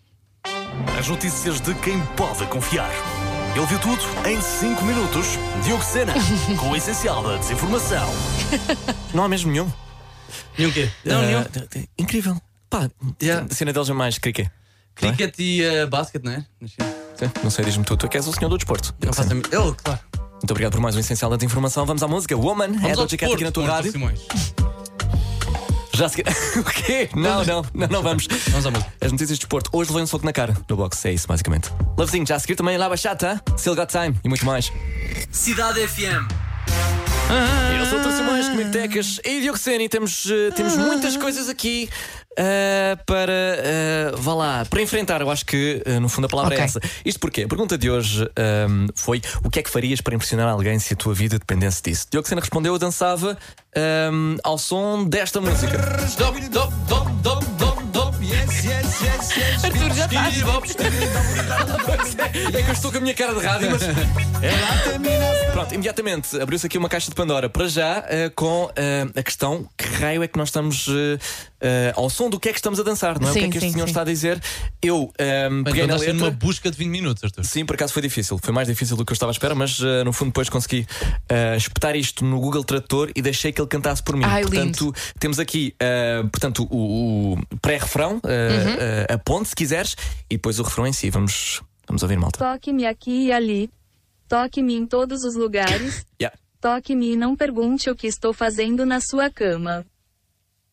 Speaker 10: As notícias de quem pode confiar. Ele viu tudo em 5 minutos. Diogo Sena, com o essencial da desinformação.
Speaker 3: Não há mesmo nenhum.
Speaker 4: Nenhum quê? Não,
Speaker 3: Ah,
Speaker 4: nenhum.
Speaker 3: t- t- Incrível. Pá,
Speaker 4: Yeah.
Speaker 3: a cena deles é mais cricket. não é?
Speaker 4: Cricket e eh, basquete, não é? Na China.
Speaker 3: Sim, Não sei, diz-me tu, tu é que és o senhor do desporto.
Speaker 4: Não faço a mi- Eu, claro.
Speaker 3: Muito obrigado por mais um essencial da informação. Vamos à música. Woman, é
Speaker 4: Vamos
Speaker 3: do
Speaker 4: ao
Speaker 3: Cat
Speaker 4: desporto,
Speaker 3: aqui na É tua
Speaker 4: Arthur
Speaker 3: rádio.
Speaker 4: Simões.
Speaker 3: Já se... o quê? Não, não, não, não vamos.
Speaker 4: Vamos à música.
Speaker 3: As notícias de desporto. Hoje levei um soco na cara no box, é isso basicamente. Lovezinho, já a seguir também lá Bachata, Still Got Time e muito mais.
Speaker 1: Cidade FM.
Speaker 3: Eu sou o Arthur Simões, comigo Tecas e Diogo Sena e temos, eh, temos muitas coisas aqui eh, para, eh, vá lá, para enfrentar. Eu acho que, eh, no fundo, a palavra
Speaker 5: Ok.
Speaker 3: é essa. Isto porquê? A pergunta de hoje ehm, foi o que é que farias para impressionar alguém se a tua vida dependesse disso? Diogo Sena respondeu, eu dançava ehm, ao som desta música.
Speaker 4: Dop, dop, dop, dop, dop, dop, yes, yes, yes, yes.
Speaker 5: Arthur, já estás.
Speaker 4: Skibidi bop, skibidi
Speaker 3: É que eu estou com a minha cara de rádio, mas. é Pronto, imediatamente abriu-se aqui uma caixa de Pandora para já eh, com eh, a questão: que raio é que nós estamos eh, eh, ao som do que é que estamos a dançar, não é? o que é
Speaker 5: Sim,
Speaker 3: que este
Speaker 5: sim,
Speaker 3: senhor
Speaker 5: sim.
Speaker 3: está a dizer? Eu eh,
Speaker 4: bop.
Speaker 3: peguei
Speaker 4: Então,
Speaker 3: na
Speaker 4: andaste
Speaker 3: letra.
Speaker 4: numa busca de 20 minutos, Arthur.
Speaker 3: Sim, por acaso foi difícil. Foi mais difícil do que eu estava à espera, mas eh, no fundo depois consegui eh, espetar isto no Google Tradutor e deixei que ele cantasse por mim.
Speaker 5: Ai,
Speaker 3: portanto, temos aqui eh, portanto, o, o pré-refrão, eh,
Speaker 5: Uhum.
Speaker 3: eh, a ponte, se quiseres, e depois o refrão em si. Vamos, vamos ouvir, malta.
Speaker 11: Toque-me aqui e ali. Toque-me em todos os lugares.
Speaker 3: Yeah.
Speaker 11: Toque-me e não pergunte o que estou fazendo na sua cama.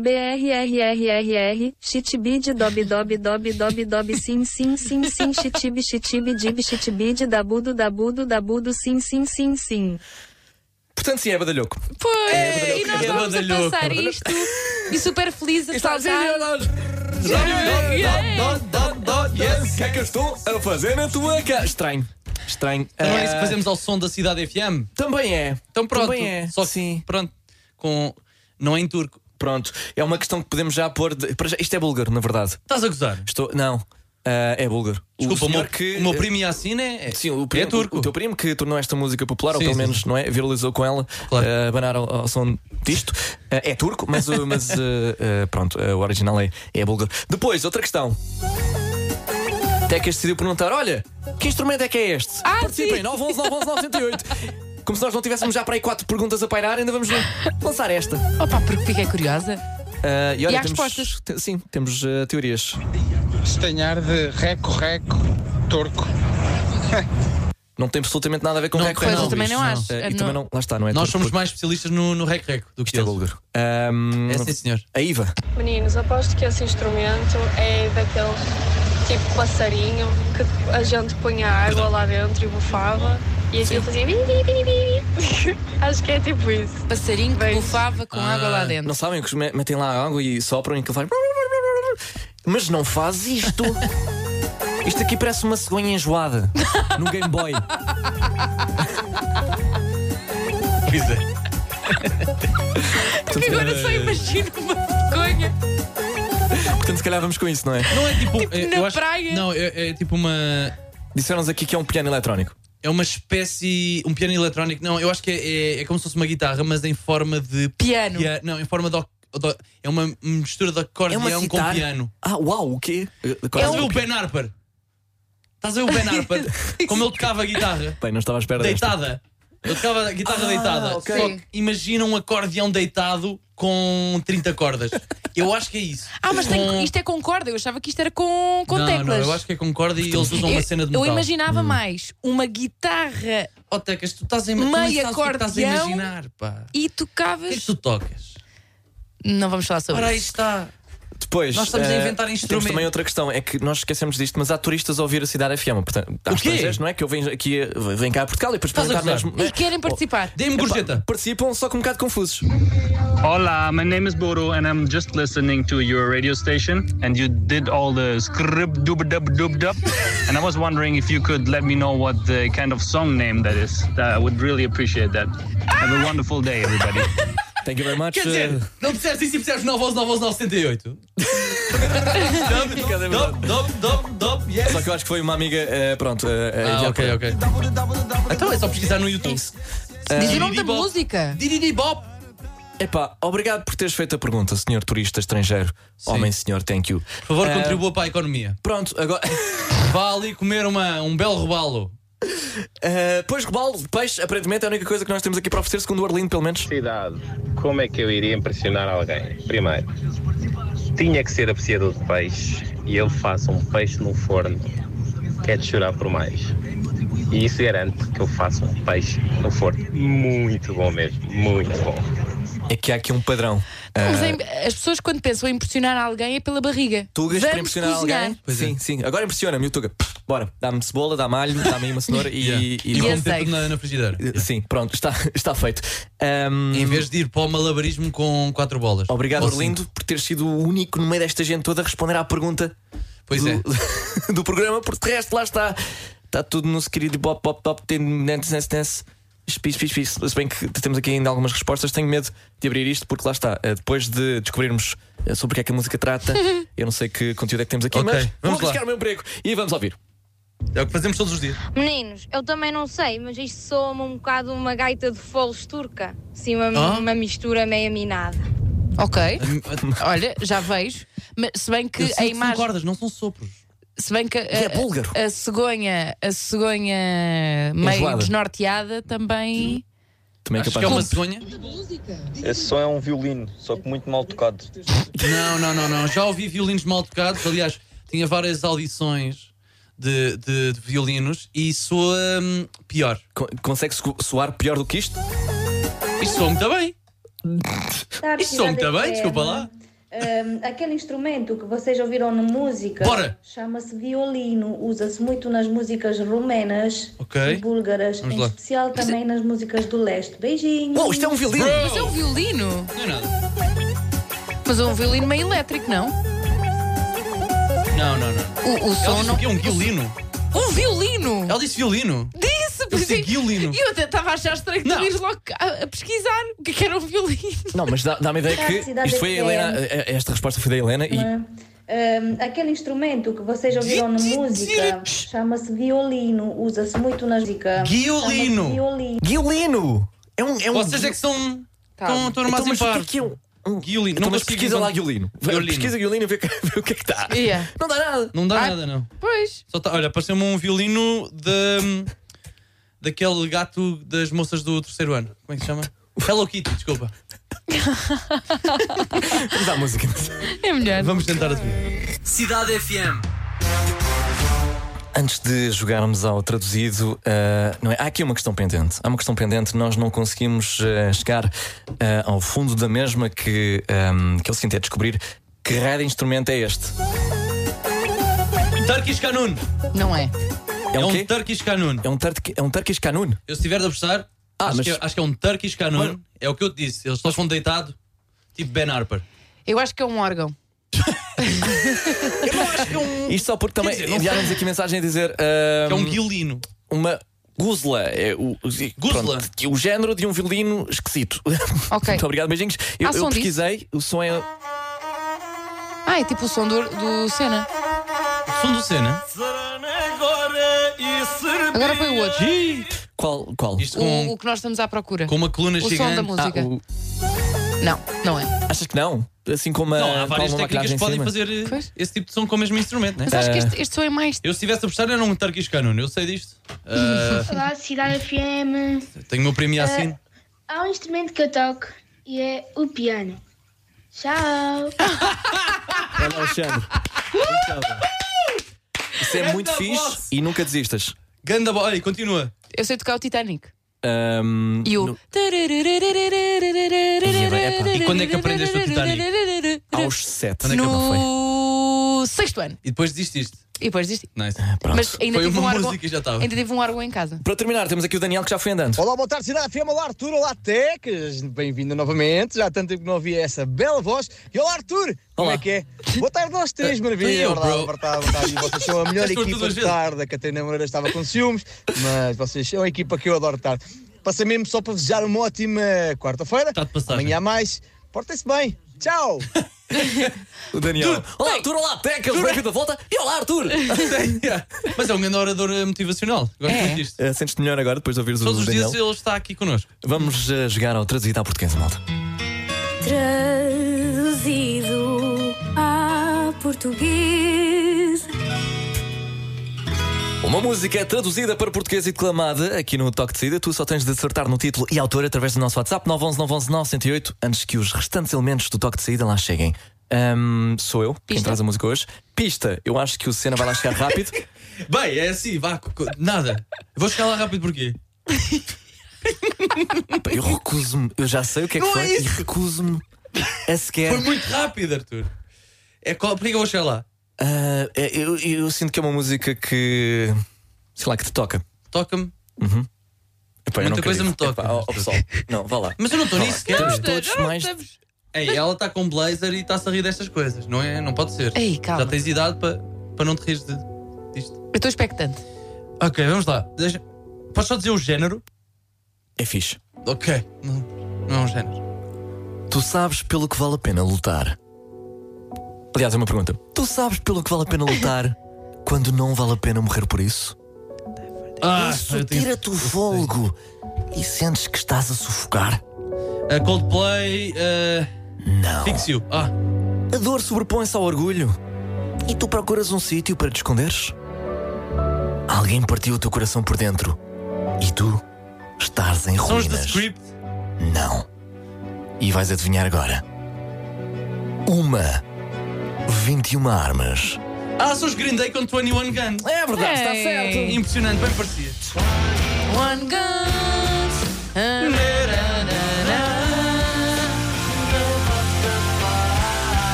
Speaker 11: BRRRRR, shitbid dob dob dob dob dob sim sim sim sim shitib shitib dib shitbid dabudo dabudo dabudo sim sim sim sim.
Speaker 3: Portanto, sim, é badalhoco.
Speaker 5: Pois,
Speaker 4: É
Speaker 5: e nós estávamos a
Speaker 4: badalhoco,
Speaker 5: passar isto e super felizes a
Speaker 3: Está
Speaker 4: assim,
Speaker 5: saltar.
Speaker 3: Yes, o que é que eu estou a fazer na tua casa? Estranho. Estranho.
Speaker 4: Então
Speaker 3: Ah,
Speaker 4: é isso que fazemos ao som da Cidade FM.
Speaker 3: Também é.
Speaker 4: Então pronto.
Speaker 3: Também é.
Speaker 4: Só que,
Speaker 3: sim.
Speaker 4: pronto, com... não é em turco.
Speaker 3: Pronto. É uma questão que podemos já pôr. de- para já- Isto é búlgaro, na verdade.
Speaker 4: Estás a gozar?
Speaker 3: Estou. Não. Ah, é búlgaro.
Speaker 4: Desculpa, o,
Speaker 3: senhor
Speaker 4: meu, o meu primo Yassin é,
Speaker 3: Sim, o, primo,
Speaker 4: é turco.
Speaker 3: o teu primo que tornou esta música popular, ou
Speaker 4: Sim,
Speaker 3: pelo
Speaker 4: sim,
Speaker 3: menos não é, viralizou com ela,
Speaker 4: Claro.
Speaker 3: eh, banar ao, ao som disto. Eh, é turco, mas, o- mas eh, eh, pronto, eh, o original é, é búlgaro. Depois, outra questão. Tecas decidiu perguntar: olha, que instrumento é que é este?
Speaker 5: Ah,
Speaker 3: Participem,
Speaker 5: sim.
Speaker 3: 911 911 908. Como se nós não tivéssemos já para aí quatro perguntas a pairar, ainda vamos lançar esta.
Speaker 5: Opa, porque fiquei curiosa.
Speaker 3: Eh, e olha,
Speaker 5: E há
Speaker 3: temos,
Speaker 5: respostas?
Speaker 3: te- sim, temos eh, teorias.
Speaker 9: Estanhar de reco-reco, torco.
Speaker 3: Não tem absolutamente nada a ver com
Speaker 4: Não,
Speaker 3: rec
Speaker 5: Pois
Speaker 4: Não,
Speaker 5: eu também
Speaker 4: bicho,
Speaker 5: não
Speaker 4: não.
Speaker 5: acho.
Speaker 3: Eh,
Speaker 5: Eu
Speaker 3: e
Speaker 5: não-
Speaker 3: também não, lá está, não é?
Speaker 4: Nós
Speaker 3: turco,
Speaker 4: somos
Speaker 3: porque
Speaker 4: mais especialistas no, no rec-rec do que
Speaker 3: Isto é
Speaker 4: eles.
Speaker 3: búlgaro. Ahm,
Speaker 4: É sim, senhor.
Speaker 3: Ehm, a IVA.
Speaker 11: Meninos, aposto que esse instrumento é daqueles tipo passarinho que a gente punha água lá dentro e bufava e aquilo fazia Acho que é tipo isso.
Speaker 5: Passarinho que
Speaker 11: Bem.
Speaker 5: bufava com
Speaker 4: Ah,
Speaker 5: água lá dentro.
Speaker 3: É, Não sabem que os me- metem lá água e sopram e aquilo faz. Mas não faz isto. Isto aqui parece uma cegonha enjoada no Game Boy.
Speaker 4: Pois é.
Speaker 5: Porque agora só imagino uma vergonha.
Speaker 3: Portanto, se calhar vamos com isso, não é?
Speaker 4: Não é tipo. é,
Speaker 5: na
Speaker 4: eu acho-
Speaker 5: praia.
Speaker 4: Não, é, é tipo uma.
Speaker 3: Disseram-nos aqui que é um piano eletrónico.
Speaker 4: É uma espécie. Um piano eletrónico. Não, eu acho que é, é, é como se fosse uma guitarra, mas em forma de.
Speaker 5: Piano.
Speaker 4: pia- não, em forma de. oc- de- é uma mistura de acordeão com
Speaker 3: guitarra? É
Speaker 4: piano.
Speaker 3: Ah, uau, o quê?
Speaker 4: Estás a ver o Ben Harper? Estás a ver o Ben Harper? como ele tocava a guitarra?
Speaker 3: Bem, não estava à espera desta.
Speaker 4: Deitada. Ele tocava a guitarra deitada.
Speaker 5: Ah, ok.
Speaker 4: Só que imagina um acordeão deitado com 30 cordas. Eu acho que é isso.
Speaker 5: Ah, mas
Speaker 4: com...
Speaker 5: tem, isto é com corda. Eu achava que isto era com, com
Speaker 4: não,
Speaker 5: teclas.
Speaker 4: Não, eu acho que é com corda e eles usam
Speaker 5: eu,
Speaker 4: uma cena de metal. Hum.
Speaker 5: Eu imaginava mais uma guitarra.
Speaker 4: Oh, Tecas, tu estás a, ima- tu nem
Speaker 5: meia
Speaker 4: sabes o que é que estás a
Speaker 5: acordeão
Speaker 4: imaginar, pá.
Speaker 5: e
Speaker 4: O que
Speaker 5: tocavas.
Speaker 4: é que tu tocas?
Speaker 5: Não vamos falar sobre
Speaker 4: Ora, aí
Speaker 5: isso.
Speaker 4: está.
Speaker 3: Depois,
Speaker 4: Nós estamos a
Speaker 3: eh,
Speaker 4: inventar
Speaker 3: Temos
Speaker 4: instrumentos.
Speaker 3: também outra questão, é que nós esquecemos disto, mas há turistas a ouvir a Cidade FM. Portanto, há
Speaker 4: O quê?
Speaker 3: estrangeiros, não é? Que eu venho aqui, eh, vêm cá a Portugal e depois
Speaker 4: Estás a
Speaker 3: perguntar
Speaker 4: gozar?
Speaker 3: mesmo.
Speaker 5: E querem participar.
Speaker 4: Dê-me
Speaker 3: Epá,
Speaker 4: gorjeta.
Speaker 3: Participam, só que um bocado confusos.
Speaker 12: Hola, my name is Bodo, and I'm just listening to your radio station, and you did all the scrib dub dub dub dub, and I was wondering if you could let me know what the kind of song name that is. That I would really appreciate that. Have a wonderful day, everybody.
Speaker 3: Thank you very much.
Speaker 4: Quer dizer,
Speaker 3: eh,
Speaker 4: não percebes isso e percebes 9 11 9 11 978. Dop, dop, dop, dop, yes.
Speaker 3: eh, Só que eu acho que foi uma amiga, eh, pronto. eh, eh,
Speaker 4: Ah,
Speaker 3: já
Speaker 4: ok,
Speaker 3: foi.
Speaker 4: ok. Então é só pesquisar no YouTube.
Speaker 5: Diz o
Speaker 4: Eh,
Speaker 5: nome da
Speaker 4: Didibop.
Speaker 5: música.
Speaker 4: Dididibop.
Speaker 3: Epá, obrigado por teres feito a pergunta, senhor turista estrangeiro. Homem, senhor, thank you.
Speaker 4: Por favor,
Speaker 3: Eh,
Speaker 4: contribua para a economia.
Speaker 3: Pronto, agora.
Speaker 4: Vá ali comer uma, um belo robalo.
Speaker 3: Eh, pois, rebalo de peixe, aparentemente é a única coisa que nós temos aqui para oferecer, segundo o Arlindo, pelo menos.
Speaker 13: Cidade, como é que eu iria impressionar alguém? Primeiro, tinha que ser apreciador de peixe e eu faço um peixe no forno. Quer chorar por mais. E isso garante que eu faço um peixe no forno. Muito bom mesmo, muito bom.
Speaker 3: É que há aqui um padrão.
Speaker 5: Mas
Speaker 3: Eh,
Speaker 5: em- as pessoas, quando pensam em impressionar alguém, é pela barriga.
Speaker 3: Tugas para
Speaker 5: Vamos
Speaker 3: impressionar
Speaker 5: cozinhar.
Speaker 3: alguém? sim, sim. Agora impressiona-me, o Tuga. Bora, dá-me cebola, dá-me alho, dá-me aí uma cenoura e.
Speaker 4: Yeah.
Speaker 3: e-
Speaker 4: E vou meter
Speaker 5: azeite.
Speaker 4: tudo na, na frigideira.
Speaker 3: Sim, pronto, está, está feito. Ahm,
Speaker 4: Em vez de ir para o malabarismo com quatro bolas.
Speaker 3: Obrigado,
Speaker 4: Ou
Speaker 3: Arlindo,
Speaker 4: cinco.
Speaker 3: por ter sido o único no meio desta gente toda a responder à pergunta
Speaker 4: Pois é.
Speaker 3: do, do programa, porque de resto lá está. Está tudo no querido bop, bop, bop, tem- dance, dance, dance. Espis, espis, espis. Se bem que temos aqui ainda algumas respostas, tenho medo de abrir isto, porque lá está. eh, Depois de descobrirmos eh, sobre o que é que a música trata, eu não sei que conteúdo é que temos aqui,
Speaker 4: Ok,
Speaker 3: mas vou
Speaker 4: vamos lá.
Speaker 3: arriscar o meu emprego e vamos ouvir.
Speaker 4: É o que fazemos todos os dias.
Speaker 14: Meninos, eu também não sei, mas isto soa-me um bocado uma gaita de foles turca. Sim,
Speaker 5: Hum.
Speaker 14: uma,
Speaker 4: Ah?
Speaker 14: uma mistura meio aminada.
Speaker 5: Ok. Olha, já vejo. Mas, se bem que
Speaker 4: Eu sei
Speaker 5: a
Speaker 4: que
Speaker 5: Hum. imagem.
Speaker 4: São cordas, não são sopros.
Speaker 5: Se bem que a,
Speaker 3: é búlgaro.
Speaker 5: a cegonha, a cegonha meio
Speaker 13: Enjoada.
Speaker 5: desnorteada também.
Speaker 3: Também
Speaker 13: Acho
Speaker 3: capaz
Speaker 13: que é
Speaker 3: de-
Speaker 13: uma
Speaker 4: cegonha?
Speaker 13: Esse som é um violino, só que muito mal tocado.
Speaker 4: Não, não, não, não. Já ouvi violinos mal tocados. Aliás, tinha várias audições de, de- de violinos e soa hum, pior.
Speaker 3: Consegue soar pior do que isto?
Speaker 4: Isto soa muito bem. Isto soa muito
Speaker 5: é
Speaker 4: bem, desculpa lá.
Speaker 15: Ahm, aquele instrumento que vocês ouviram na
Speaker 5: é?
Speaker 15: música
Speaker 4: Bora!
Speaker 15: chama-se violino, usa-se muito nas músicas rumenas
Speaker 4: Ok.
Speaker 15: e búlgaras,
Speaker 4: Vamos
Speaker 15: em
Speaker 4: lá. é- Oh,
Speaker 15: especial também nas músicas do leste. Beijinhos!
Speaker 3: Uou, isto é um violino!
Speaker 5: Mas é um violino.
Speaker 4: Não é nada.
Speaker 5: Mas é um violino meio elétrico, não?
Speaker 4: Não, não, não.
Speaker 5: O- o
Speaker 4: Ela
Speaker 5: som
Speaker 4: disse
Speaker 5: não-
Speaker 4: O quê? Um violino?
Speaker 5: Um violino!
Speaker 4: Ela disse violino.
Speaker 5: Disse,
Speaker 4: Eu disse
Speaker 5: é-
Speaker 4: violino.
Speaker 5: E eu até estava a achar estranho que tu ires logo a, a pesquisar o que é que era um violino.
Speaker 3: Não, mas dá- dá-me a ideia
Speaker 15: Claro,
Speaker 3: que
Speaker 15: cidade é?
Speaker 3: isto foi a Helena,
Speaker 15: FM.
Speaker 3: eh, eh, esta resposta foi da Helena e
Speaker 15: Ahm, aquele instrumento que vocês ouviram na música chama-se violino, usa-se muito nas músicas.
Speaker 4: Violino.
Speaker 15: Chama-se Violino!
Speaker 3: Guiolino! É um.
Speaker 5: Hum.
Speaker 3: É um
Speaker 4: Vocês é que são.
Speaker 5: Tá
Speaker 4: Estão estão
Speaker 3: Então,
Speaker 4: armados em
Speaker 3: mas o que
Speaker 4: par.
Speaker 3: é que é um- um-
Speaker 4: Guiolino.
Speaker 3: Então,
Speaker 4: Não
Speaker 3: mas
Speaker 4: consigo
Speaker 3: pesquisa lá
Speaker 4: encontrar-
Speaker 3: Guiolino. Vê-
Speaker 4: Violino.
Speaker 3: Pesquisa Guiolino e vê, vê o que é que está.
Speaker 5: Yeah.
Speaker 3: Não dá nada.
Speaker 4: Não dá
Speaker 5: Ah.
Speaker 4: nada, não.
Speaker 5: Pois.
Speaker 4: Só tá- olha, pareceu-me um violino de, hum, daquele gato das moças do terceiro ano. Como é que se chama? Hello Kitty, desculpa.
Speaker 3: Vamos à música.
Speaker 5: É melhor.
Speaker 4: Vamos tentar adivinhar.
Speaker 1: Cidade FM.
Speaker 3: Antes de jogarmos ao traduzido, ah, não é? há aqui uma questão pendente. Há uma questão pendente, nós não conseguimos ah, chegar ah, ao fundo da mesma que, ah, que eu sinto é descobrir que raio de instrumento é este.
Speaker 4: Turkish Canun.
Speaker 5: Não é?
Speaker 3: É um,
Speaker 4: um
Speaker 3: quê?
Speaker 4: Turkish Canun.
Speaker 3: É um, turk- é um Turkish Canun?
Speaker 4: Eu se tiver de apostar,
Speaker 3: Ah,
Speaker 4: acho,
Speaker 3: mas-
Speaker 4: que é, acho que é um Turkish Canun. É o que eu te disse. Eles só vão deitado, tipo Ben Harper.
Speaker 5: Eu acho que é um órgão.
Speaker 4: Eu não acho que é um.
Speaker 3: Isto só porque também
Speaker 4: Quer dizer, não
Speaker 3: enviaram-nos aqui mensagem a dizer. ah,
Speaker 4: É um guilino.
Speaker 3: uma guzla. É o, o-
Speaker 4: Guzla.
Speaker 3: pronto, o género de um violino esquisito.
Speaker 5: Ok.
Speaker 3: Muito obrigado, beijinhos. Eu,
Speaker 5: Há
Speaker 3: eu
Speaker 5: som disso?
Speaker 3: pesquisei, o som é.
Speaker 5: Ah, é tipo o som do, do Senna.
Speaker 4: Som do Senna?
Speaker 5: Agora foi o outro.
Speaker 3: Qual? qual?
Speaker 4: Isto
Speaker 5: O,
Speaker 4: com,
Speaker 5: o que nós estamos à procura.
Speaker 4: com uma coluna
Speaker 5: o som
Speaker 4: gigante.
Speaker 5: da música.
Speaker 3: Ah, o-
Speaker 5: Não, não é.
Speaker 3: Achas que não? Assim como a.
Speaker 4: Não, Então, há várias
Speaker 3: com uma maquilhagem
Speaker 4: técnicas que
Speaker 3: em
Speaker 4: podem
Speaker 3: cima.
Speaker 4: fazer eh, esse tipo de som com o mesmo instrumento, né?
Speaker 5: Mas acho que este, este som é mais.
Speaker 4: Eu se tivesse a apostar era um Turkish Canun, eu sei disto. Ah,
Speaker 16: Olá, Cidade FM.
Speaker 5: Eh,
Speaker 4: tenho o meu primo assim.
Speaker 16: Há um instrumento que eu toco e é o piano.
Speaker 11: Tchau.
Speaker 3: Olha, Alexandre. Isso é
Speaker 5: Ganda
Speaker 3: muito fixe
Speaker 5: voz.
Speaker 3: e nunca desistas.
Speaker 4: Ganda bola, olha, continua.
Speaker 5: Eu sei tocar o Titanic.
Speaker 3: Ahm,
Speaker 5: E o.
Speaker 3: no-
Speaker 5: E
Speaker 4: E quando é que aprendeste o Titanic?
Speaker 3: Aos 7.
Speaker 4: é
Speaker 5: No sexto ano.
Speaker 4: E depois desististe.
Speaker 5: E depois desisti.
Speaker 4: Nice.
Speaker 5: Mas ainda
Speaker 4: Foi
Speaker 5: tive, um
Speaker 4: uma
Speaker 5: órgão,
Speaker 4: música e já estava.
Speaker 5: ainda tive um órgão em casa.
Speaker 3: Para terminar, temos aqui o Daniel que já foi andando.
Speaker 16: Olá, boa tarde, Cidade FM. Olá, Arthur. Olá, Tecas. Bem-vindo novamente. Já há tanto tempo que não ouvia essa bela voz. E olá, Arthur. Como
Speaker 17: Olá.
Speaker 16: é que é? Boa tarde aos três, maravilha.
Speaker 17: Eu,
Speaker 16: Verdade,
Speaker 17: bro.
Speaker 16: verdade, verdade. E Vocês são a melhor
Speaker 17: És tu
Speaker 16: equipa
Speaker 17: duas
Speaker 16: de
Speaker 17: vezes.
Speaker 16: tarde. A Catarina Moreira estava com ciúmes, mas vocês são a equipa que eu adoro de tarde. Passei mesmo só para desejar uma ótima eh, quarta-feira. Amanhã há mais. Portem-se bem. Tchau.
Speaker 3: O Oh, Daniel. Olá, Arthur. Olá, Tecas. Bem-vindo de volta. E olá, Arthur.
Speaker 4: Mas é um grande orador eh, motivacional. Gosto
Speaker 5: É.
Speaker 4: muito disto.
Speaker 3: Eh, Sentes-te melhor agora depois de ouvires
Speaker 4: Todos
Speaker 3: o
Speaker 4: os
Speaker 3: Daniel?
Speaker 4: dias ele está aqui connosco.
Speaker 3: Vamos eh, jogar ao Transita à Portuguesa, malta.
Speaker 18: Traduzido a português.
Speaker 3: Uma música traduzida para português e declamada aqui no Toque de Saída. Tu só tens de acertar no título e autor através do nosso WhatsApp 911 911 908 antes que os restantes elementos do Toque de Saída lá cheguem. Ahm, sou eu quem traz a música hoje. Pista, eu acho que o Senna vai lá chegar rápido.
Speaker 4: Bem, é assim, vá, co- co- nada. Vou chegar lá rápido porquê?
Speaker 3: Pá, Eu recuso-me, eu já sei o que é que
Speaker 4: Não
Speaker 3: foi
Speaker 4: é
Speaker 3: e recuso-me a
Speaker 5: É.
Speaker 3: sequer.
Speaker 4: Foi muito rápido, Arthur. É qual, porquê que eu vou chegar lá?
Speaker 3: Ah, é, eu, eu sinto que é uma música que. sei lá, que te toca.
Speaker 4: Toca-me.
Speaker 3: Uhum. Epá, eu
Speaker 4: Muita
Speaker 3: não
Speaker 4: coisa me
Speaker 3: acredito.
Speaker 4: toca.
Speaker 3: Epá, ó, ó, pessoal, não, vá lá.
Speaker 4: Mas eu não estou
Speaker 3: Vá lá.
Speaker 4: nisso, sequer.
Speaker 3: Estamos todos mais.
Speaker 4: Ei, ela está com blazer e está-se a rir destas coisas, não é? Não pode ser.
Speaker 5: Ei, calma.
Speaker 4: Já tens idade para pa não te rires de.
Speaker 5: Eu estou expectante.
Speaker 4: Ok, vamos lá. Deixa... Podes só dizer o género?
Speaker 3: É fixe.
Speaker 4: Ok. Não, não é um género.
Speaker 3: Tu sabes pelo que vale a pena lutar. Aliás, é uma pergunta. Tu sabes pelo que vale a pena lutar quando não vale a pena morrer por isso?
Speaker 4: Ah,
Speaker 3: isso
Speaker 4: eu tenho-
Speaker 3: tira-te o folgo e sentes que estás a sufocar.
Speaker 4: A Coldplay. Uh...
Speaker 3: Não.
Speaker 4: Fixio. Ah.
Speaker 3: A dor sobrepõe-se ao orgulho e tu procuras um sítio para te esconderes. Alguém partiu o teu coração por dentro e tu estás em
Speaker 4: Sons de
Speaker 3: ruínas.
Speaker 4: script.
Speaker 3: Não. E vais adivinhar agora. Uma. 21 armas.
Speaker 4: Ah, são os Green Day com 21 Guns.
Speaker 3: É
Speaker 5: verdade, está Ei. certo.
Speaker 4: Impressionante, bem parecia.
Speaker 5: One Guns. Ah, na, na, na.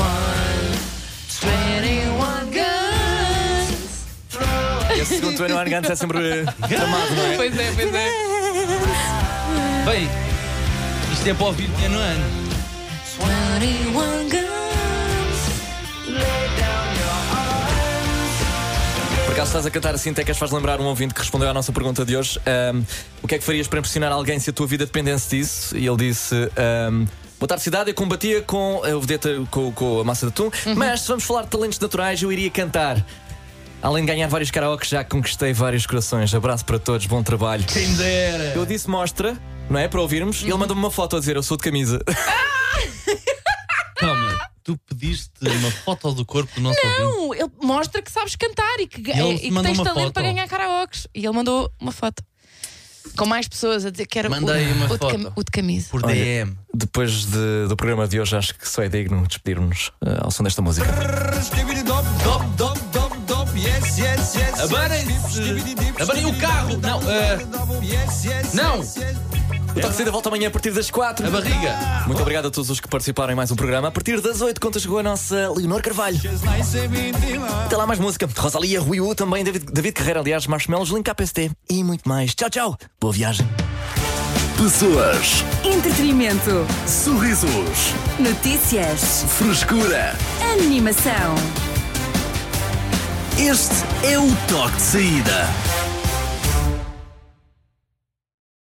Speaker 5: One, 21 Guns.
Speaker 3: Esse segundo 21 Guns é sempre eh, tramado, não é?
Speaker 5: Pois é, pois é.
Speaker 4: Bem, isto é para ouvir de ano a ano.
Speaker 18: 21 guns. Lay down your
Speaker 3: Por acaso estás a cantar assim, até que as faz lembrar um ouvinte que respondeu à nossa pergunta de hoje: ahm, o que é que farias para impressionar alguém se a tua vida dependesse disso? E ele disse. ahm, Boa tarde, cidade. Eu combatia com a vedeta com, com a massa de atum, mas se vamos falar de talentos naturais, eu iria cantar. Além de ganhar vários karaokes, já conquistei vários corações. Abraço para todos, bom trabalho.
Speaker 4: Quem dera.
Speaker 3: Eu disse mostra, não é? Para ouvirmos. E ele mandou-me uma foto a dizer: Eu sou de camisa.
Speaker 4: Calma, tu pediste uma foto do corpo do nosso ouvinte.
Speaker 5: Não, Hum, ele mostra que sabes cantar e que,
Speaker 4: E ele
Speaker 5: e que
Speaker 4: mandou
Speaker 5: tens
Speaker 4: uma
Speaker 5: talento
Speaker 4: foto.
Speaker 5: para ganhar karaokes. E ele mandou uma foto. Com mais pessoas a dizer que era o,
Speaker 4: Mandei uma
Speaker 5: o de
Speaker 4: foto.
Speaker 5: cam- o de camisa.
Speaker 4: Por
Speaker 3: Olha,
Speaker 4: DM.
Speaker 3: Depois de- do programa de hoje, acho que só é digno despedirmos eh, ao som desta música.
Speaker 4: Dop, dop, dop, dop, dop, yes, yes, yes. Abanem-se. Abanem o carro. Não, eh, não.
Speaker 3: O Toque Então, de Saída volta amanhã a partir das 4.
Speaker 4: A barriga.
Speaker 3: Muito obrigado a todos os que participaram em mais um programa. A partir das 8, contas chegou a nossa Leonor Carvalho. Até lá mais música. Rosalia, Rui U, também David, David Carreira, aliás, Marshmallows, Link KPST e muito mais. Tchau, tchau. Boa viagem.
Speaker 10: Pessoas,
Speaker 2: Entretenimento.
Speaker 10: sorrisos,
Speaker 2: Notícias.
Speaker 10: frescura.
Speaker 2: Animação.
Speaker 10: Este é o toque de saída.